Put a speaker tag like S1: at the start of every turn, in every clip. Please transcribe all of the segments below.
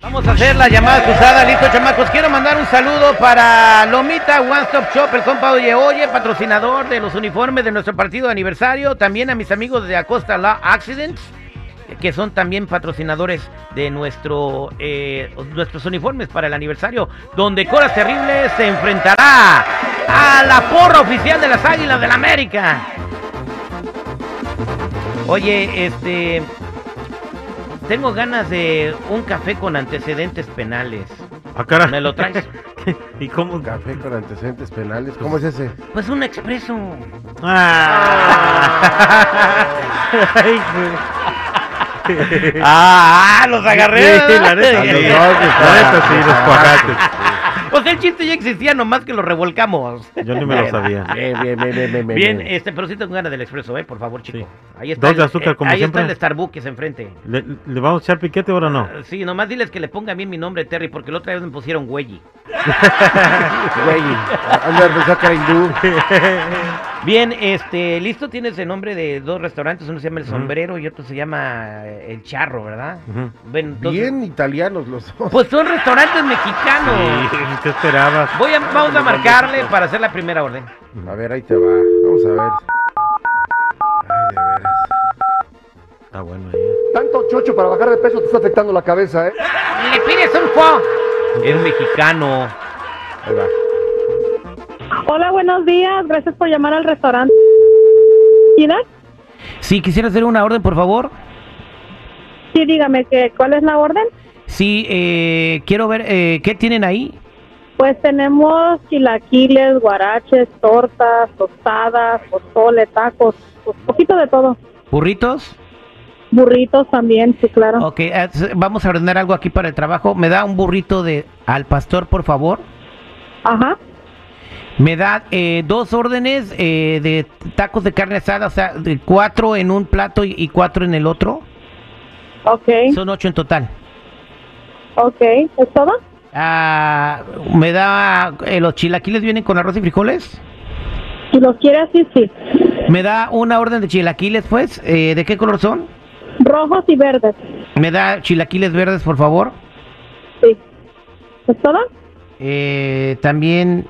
S1: Vamos a hacer la llamada cruzada, listo chamacos. Quiero mandar un saludo para Lomita One Stop Shop, el compa Oye Oye, patrocinador de los uniformes de nuestro partido de aniversario. También a mis amigos de Acosta La Accidents, que son también patrocinadores de nuestro, eh, nuestros uniformes para el aniversario, donde Coras Terrible se enfrentará a la porra oficial de las Águilas del América. Oye, este, tengo ganas de un café con antecedentes penales.
S2: Ah, cara.
S1: ¿Me lo traes?
S2: ¿Y cómo?
S3: Café con antecedentes penales. ¿Cómo es ese?
S1: Pues un expreso.
S2: Ah. Ay, güey.
S1: ¡Ah! ¡Los agarré!
S2: Sí, la neta,
S3: Los
S2: sí.
S3: dogs,
S2: La neta, sí, los cuajates.
S1: O sea, Pues el chiste ya existía, nomás que lo revolcamos.
S2: Yo ni me lo sabía. eh,
S3: Bien, bien, bien, bien, bien.
S1: Bien, este, pero sí tengo ganas del expreso, ¿eh? Por favor, chico.
S2: Sí.
S1: Ahí está.
S2: Dos de
S1: el-
S2: azúcar,
S1: eh,
S2: como
S1: ahí
S2: siempre.
S1: está el Starbucks enfrente.
S2: ¿Le, le vamos a echar piquete ahora o no?
S1: Ah, Sí, nomás diles que le pongan bien mi nombre, Terry, porque la otra vez me pusieron güey.
S3: Güey, anda, pensó que era hindú.
S1: Bien, este, listo, tienes el nombre de dos restaurantes, uno se llama El
S2: Ujú.
S1: Sombrero y otro se llama eh, El Charro, ¿verdad?
S2: Ujú.
S1: Bueno, entonces-
S3: Bien italianos los dos.
S1: Pues son restaurantes mexicanos.
S2: Sí, ¿Qué esperabas?
S1: Voy a, vamos a marcarle para hacer la primera orden.
S3: A ver, ahí te va. Vamos a ver. Ay, de veras.
S2: Está bueno ahí.
S4: Tanto chocho para bajar de peso te está afectando la cabeza, ¿eh?
S1: Le pides un po. Es mexicano.
S3: Ahí va.
S5: Hola, buenos días. Gracias por llamar al restaurante. ¿Ida?
S1: Sí, quisiera hacer una orden, por favor.
S5: Sí, dígame, que, ¿cuál es la orden?
S1: Sí, eh, quiero ver, eh, ¿qué tienen ahí?
S5: Pues tenemos chilaquiles, guaraches, tortas, tostadas, pozole, tacos, pues, poquito de todo.
S1: ¿Burritos?
S5: Burritos también, sí, claro.
S1: Ok, eh, s- vamos a ordenar algo aquí para el trabajo. ¿Me da un burrito de al pastor, por favor?
S5: Ajá.
S1: Me da eh, dos órdenes eh, de tacos de carne asada, o sea, de cuatro en un plato y, y cuatro en el otro.
S5: Ok,
S1: Son ocho en total.
S5: ok. ¿Es todo?
S1: Ah, me da eh, los chilaquiles vienen con arroz y frijoles.
S5: Si los quiere así, sí.
S1: Me da una orden de chilaquiles, pues. Eh, ¿De qué color son?
S5: Rojos y verdes.
S1: Me da chilaquiles verdes, por favor.
S5: Sí. ¿Es todo?
S1: Eh, también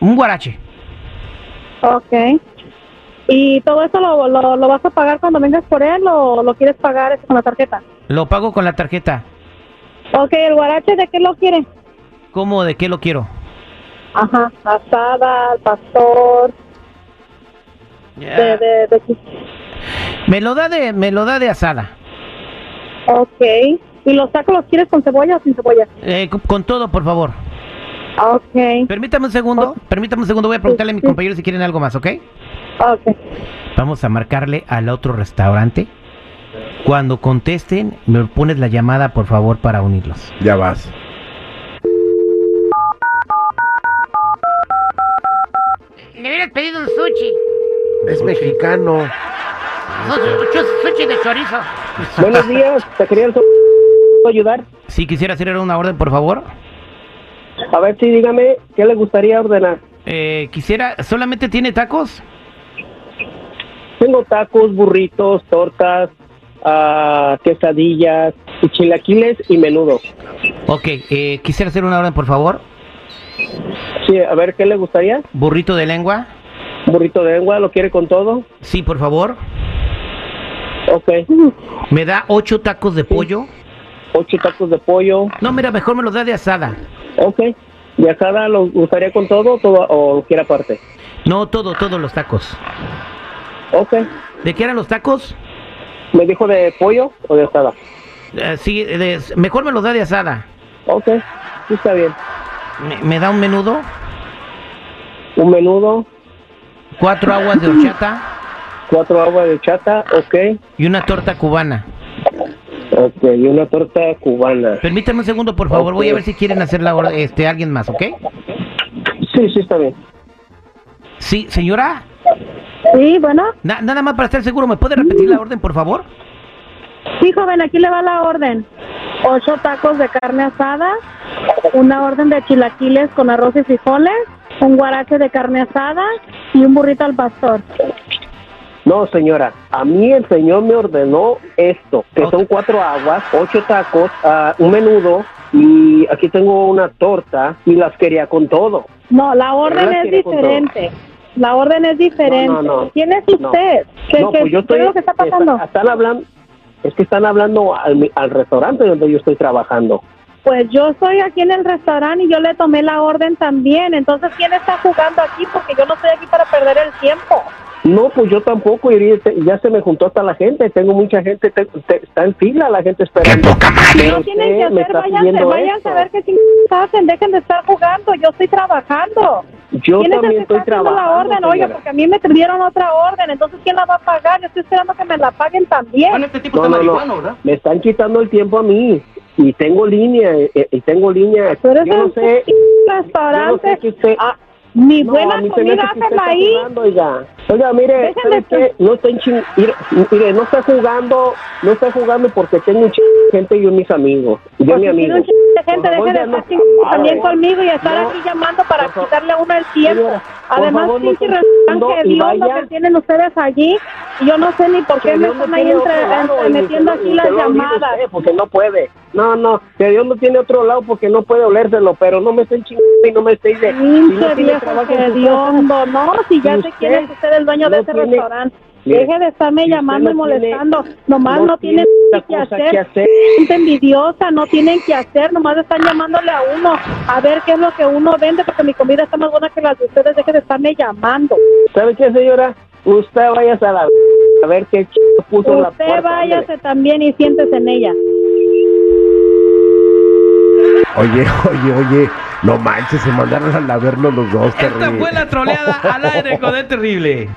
S1: un guarache.
S5: Ok. ¿Y todo eso lo, lo, lo vas a pagar cuando vengas por él o lo quieres pagar este, con la tarjeta?
S1: Lo pago con la tarjeta.
S5: Ok, ¿el guarache de qué lo quiere?
S1: ¿Cómo? ¿De qué lo quiero?
S5: Ajá, asada, al pastor, de, de, de-
S1: Me lo da de, me lo da de asada.
S5: Ok. ¿Y los tacos los quieres con cebolla o sin cebolla?
S1: Eh, con- con todo, por favor.
S5: Ok,
S1: Permítame un segundo. Permítame un segundo. Voy a preguntarle a mis
S5: sí.
S1: compañeros si quieren algo más, ¿ok?
S5: ok.
S1: Vamos a marcarle al otro restaurante. Cuando contesten, me pones la llamada, por favor, para unirlos.
S3: Ya vas.
S1: Me hubieras pedido un sushi.
S3: Es mexicano.
S1: Sushi de chorizo.
S6: Buenos días, te quería so- ayudar.
S1: Sí, quisiera hacer una orden, por favor.
S6: A ver si dígame qué le gustaría ordenar.
S1: Eh, quisiera, ¿solamente tiene tacos?
S6: Tengo tacos, burritos, tortas, ah, quesadillas, y chilaquiles y menudo.
S1: Ok, eh, quisiera hacer una orden, por favor.
S6: Sí, a ver qué le gustaría.
S1: Burrito de lengua.
S6: Burrito de lengua, ¿lo quiere con todo?
S1: Sí, por favor.
S6: Ok.
S1: Me da ocho tacos de pollo.
S6: Ocho tacos de pollo.
S1: No, mira, mejor me los da de asada.
S6: Ok. ¿Y asada lo gustaría con todo, todo o quiere aparte?
S1: No, todo, todos los tacos.
S6: Ok.
S1: ¿De qué eran los tacos?
S6: ¿Me dijo de pollo o de asada?
S1: Eh, sí, de- mejor me los da de asada.
S6: Ok. Sí, está bien.
S1: Me, me da un menudo,
S6: Un menudo,
S1: cuatro aguas de horchata
S6: cuatro aguas de chata, ok.
S1: y una torta cubana.
S6: Ok, y una torta cubana.
S1: Permítame un segundo, por favor. Voy a ver si quieren hacer la orden, este, alguien más, ¿ok?
S6: Sí, sí, está bien.
S1: Sí, señora.
S5: Sí, bueno.
S1: Na- nada más para estar seguro, ¿me puede repetir la orden, por favor?
S5: Sí, joven, aquí le va la orden. Ocho tacos de carne asada, una orden de chilaquiles con arroz y frijoles, un guarache de carne asada y un burrito al pastor.
S6: No, señora, a mí el señor me ordenó esto, que
S1: Oh.
S6: son cuatro aguas, ocho tacos, ah, un menudo y aquí tengo una torta y las quería con todo.
S5: No, la orden
S6: Pero
S5: es
S6: quiere con
S5: diferente. La orden es diferente.
S6: No, no, no.
S5: ¿Quién es
S6: No.
S5: usted? ¿Qué,
S6: no,
S5: qué-
S6: pues
S5: qué
S6: yo estoy...
S5: es lo que está pasando?
S6: está- Están hablando... Es que están hablando al, al restaurante donde yo estoy trabajando.
S5: Pues yo estoy aquí en el restaurante y yo le tomé la orden también. Entonces, ¿quién está jugando aquí? Porque yo no estoy aquí para perder el tiempo.
S6: No, pues yo tampoco, y te- ya se me juntó hasta la gente, tengo mucha gente, te- te- está en fila la gente esperando.
S5: Si
S6: Pero
S5: no tienen
S6: usted
S5: que
S6: me
S5: hacer,
S6: está
S5: váyanse,
S6: pidiendo
S5: váyanse
S6: esto.
S5: a ver qué chingados hacen. Dejen de estar jugando. Yo estoy trabajando.
S6: Yo
S5: ¿Quién es el
S6: también
S5: que está
S6: estoy
S5: haciendo
S6: trabajando.
S5: la orden? Oiga,
S6: señora.
S5: porque a mí me dieron otra orden. Entonces, ¿quién la va a pagar? Yo estoy esperando que me la paguen también.
S7: Bueno, este tipo
S6: No,
S7: está
S6: no, no.
S7: marihuano, ¿verdad?
S6: Me están quitando el tiempo a mí y tengo línea eh, eh, y tengo línea.
S5: Tú eres
S6: Yo no
S5: un
S6: sé, yo no
S5: restaurante.
S6: sé que usted.
S5: Ah, Ni
S6: no, a
S5: buena
S6: mí se me
S5: comida
S6: hace que usted
S5: hacen
S6: está
S5: ahí.
S6: jugando, oiga. Oiga, mire,
S5: Déjeme
S6: ¿sabe
S5: tú.
S6: qué? no estoy chin- mire, mire, no está jugando, no está jugando porque tengo un chin de gente y yo mis amigos. Yo
S5: Pues
S6: mi
S5: si tiene
S6: amigo.
S5: un chingo de gente,
S6: Por favor,
S5: deje de
S6: ya no-
S5: estar chingando también
S6: Ay,
S5: conmigo y estar
S6: no.
S5: aquí llamando para
S6: Por favor.
S5: quitarle a uno el tiempo.
S6: Señora, por
S5: Además,
S6: favor, no
S5: pinche
S6: esté
S5: restaurante
S6: chingando y
S5: hediondo
S6: vaya.
S5: que tienen ustedes allí, y yo no sé ni por qué
S6: Que
S5: me
S6: Dios no
S5: están ahí
S6: tiene
S5: entre-
S6: otro lado,
S5: entre-
S6: y
S5: metiendo
S6: que-
S5: aquí
S6: y que
S5: las
S6: lo olvide
S5: llamadas.
S6: usted, porque no puede. No, no, que Dios no tiene otro lado porque no puede olérselo, pero no me estén chingando y no me estén de. si no
S5: Pinche
S6: tiene
S5: viejo
S6: trabajo en su casa,
S5: hediondo, no, si ya
S6: Y
S5: sé quién es
S6: usted
S5: usted el dueño de
S6: no
S5: ese
S6: tiene-
S5: restaurante.
S6: Mire,
S5: Deje de estarme
S6: si usted
S5: llamando y
S6: no tiene-
S5: molestando. Nomás no, tienen
S6: otra
S5: que
S6: cosa
S5: hacer.
S6: que hacer.
S5: gente envidiosa, no tienen que hacer, nomás están llamándole a uno a ver qué es lo que uno vende, porque mi comida está más buena que las de ustedes, dejen de estarme llamando.
S6: ¿Sabe qué, señora? Usted vaya a la. A ver qué ch... puso en la puerta.
S5: Usted váyase también y siéntese en ella.
S3: Oye, oye, oye. No manches, se mandaron a la vernos los dos,
S1: Esta
S3: Terry.
S1: fue la troleada al aire con el terrible.